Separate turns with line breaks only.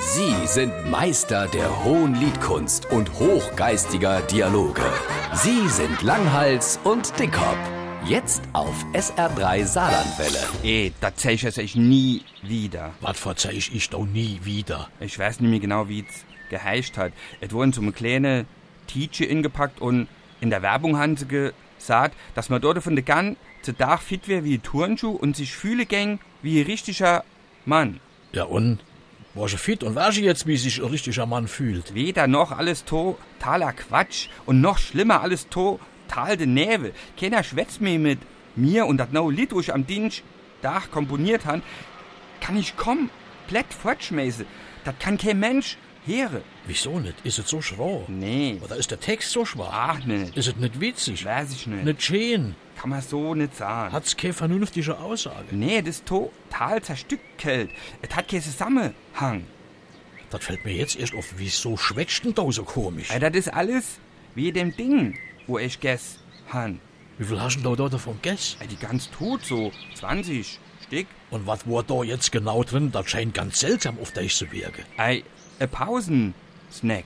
Sie sind Meister der hohen Liedkunst und hochgeistiger Dialoge. Sie sind Langhals und Dickhop. Jetzt auf SR3 Saarlandwelle.
Ey, das zeig Eh, also ich euch nie wieder.
Was verzeih ich doch nie wieder.
Ich weiß nicht mehr genau, wie es geheischt hat. Es wurden so eine kleine Tietje ingepackt und in der Werbung haben sie gesagt, dass man dort von der ganzen Tag fit wäre wie ein Turnschuh und sich fühle gäng wie ein richtiger Mann.
Ja und? Warst du fit und warst du jetzt, wie sich ein richtiger Mann fühlt?
Weder noch alles totaler Quatsch und noch schlimmer alles total de Nebel. Keiner schwätzt mehr mit mir und das neue Lied, das ich am Dienstag komponiert han, kann ich komplett fortschmeißen. Das kann kein Mensch hören.
Wieso nicht? Ist es so schwach?
Nee, Ah.
Oder ist der Text so schwach?
ach nicht.
Ist es nicht witzig?
Weiß ich nicht.
Nicht schön?
Kann man so nicht sagen.
Hat's keine vernünftige Aussage?
Nee, das ist total zerstückelt. Es hat keinen Zusammenhang.
Das fällt mir jetzt erst auf. Wieso schwätzt denn da so komisch?
Ey, das ist alles wie dem Ding, wo ich gess han.
Wie viel hast du denn da davon gegessen?
Ey, Die ganz tot so, 20 Stück.
Und was war da jetzt genau drin? Das scheint ganz seltsam auf dich zu wirken.
Ei, a Pausen-Snack.